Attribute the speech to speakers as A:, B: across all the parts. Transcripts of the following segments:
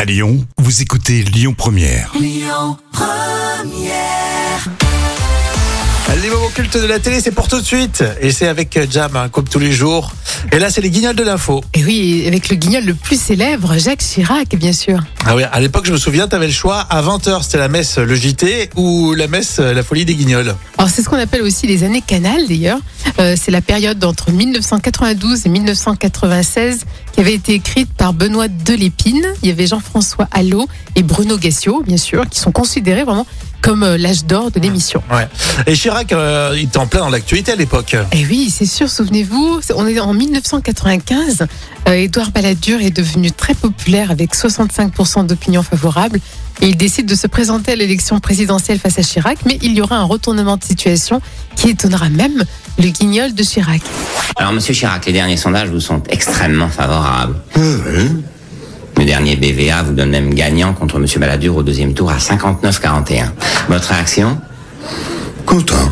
A: À Lyon, vous écoutez Lyon Première.
B: Les moments cultes de la télé, c'est pour tout de suite. Et c'est avec Jam, hein, comme tous les jours. Et là, c'est les guignols de l'info.
C: Et Eh oui, avec le guignol le plus célèbre, Jacques Chirac, bien sûr.
B: Ah oui, à l'époque, je me souviens, t'avais le choix. À 20h, c'était la messe Le JT ou la messe euh, La Folie des Guignols.
C: Alors c'est ce qu'on appelle aussi les années canal d'ailleurs. Euh, c'est la période entre 1992 et 1996 qui avait été écrite par Benoît Delépine. Il y avait Jean-François Allot et Bruno Gassio, bien sûr, qui sont considérés vraiment comme euh, l'âge d'or de l'émission.
B: Ouais. Et Chirac, euh, il était en plein dans l'actualité à l'époque.
C: Et Eh oui, c'est sûr, souvenez-vous, c'est- on est en 1995. euh, Édouard Balladur est devenu très populaire avec 65% d'opinion favorable. Et il décide de se présenter à l'élection présidentielle face à Chirac, mais il y aura un retournement de situation qui étonnera même le guignol de Chirac.
D: Alors, monsieur Chirac, les derniers sondages vous sont extrêmement favorables.
E: Euh, hein,
D: Le dernier BVA vous donne même gagnant contre monsieur Balladur au deuxième tour à 59-41. Votre réaction
E: Content.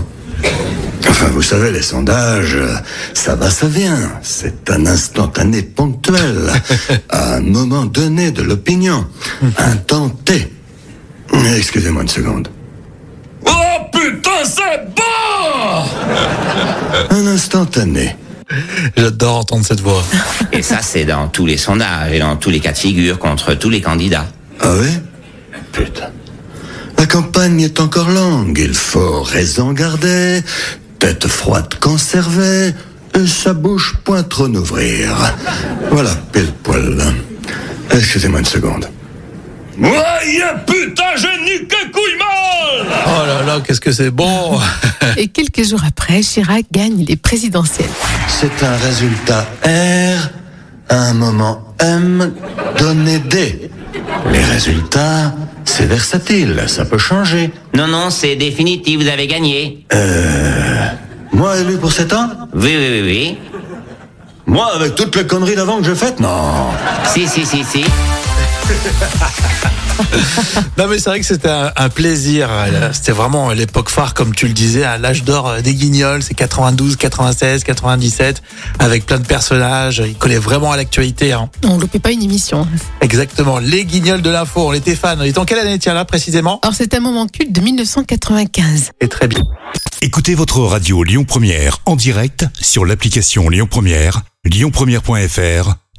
E: Enfin, vous savez, les sondages, euh, ça va, ça vient. C'est un instantané ponctuel, à un moment donné de l'opinion, un temps T. Excusez-moi une seconde. Oh putain, c'est bon Un instantané.
B: J'adore entendre cette voix.
D: Et ça, c'est dans tous les sondages et dans tous les cas de figure contre tous les candidats.
E: Ah oui Putain. La campagne est encore longue, il faut raison garder, tête froide conservée, et sa bouche point trop n'ouvrir. Voilà, pile poil. Eh, Excusez-moi une seconde.
F: Ouais, putain, je nique que couille molle
B: Oh là là, qu'est-ce que c'est bon.
C: Et quelques jours après, Chirac gagne les présidentielles.
E: C'est un résultat R à un moment M donné D. Les résultats, c'est versatile, ça peut changer.
D: Non, non, c'est définitif, vous avez gagné.
E: Moi élu pour 7 ans
D: Oui, oui, oui, oui.
E: Moi avec toutes les conneries d'avant que j'ai faites Non
D: Si, si, si, si.
B: Non, mais c'est vrai que c'était un, un plaisir. Euh, C'était vraiment l'époque phare, comme tu le disais, à l'âge d'or euh, des Guignols. C'est 92, 96, 97, avec plein de personnages. Il collait vraiment à l'actualité. hein.
C: On ne loupait pas une émission.
B: Exactement, les Guignols de l'info. On était fans. On était en quelle année, tiens, là, précisément
C: Or, c'est un moment culte de 1995.
B: Et très bien.
A: Écoutez votre radio Lyon Première en direct sur l'application Lyon Première, lyonpremière.fr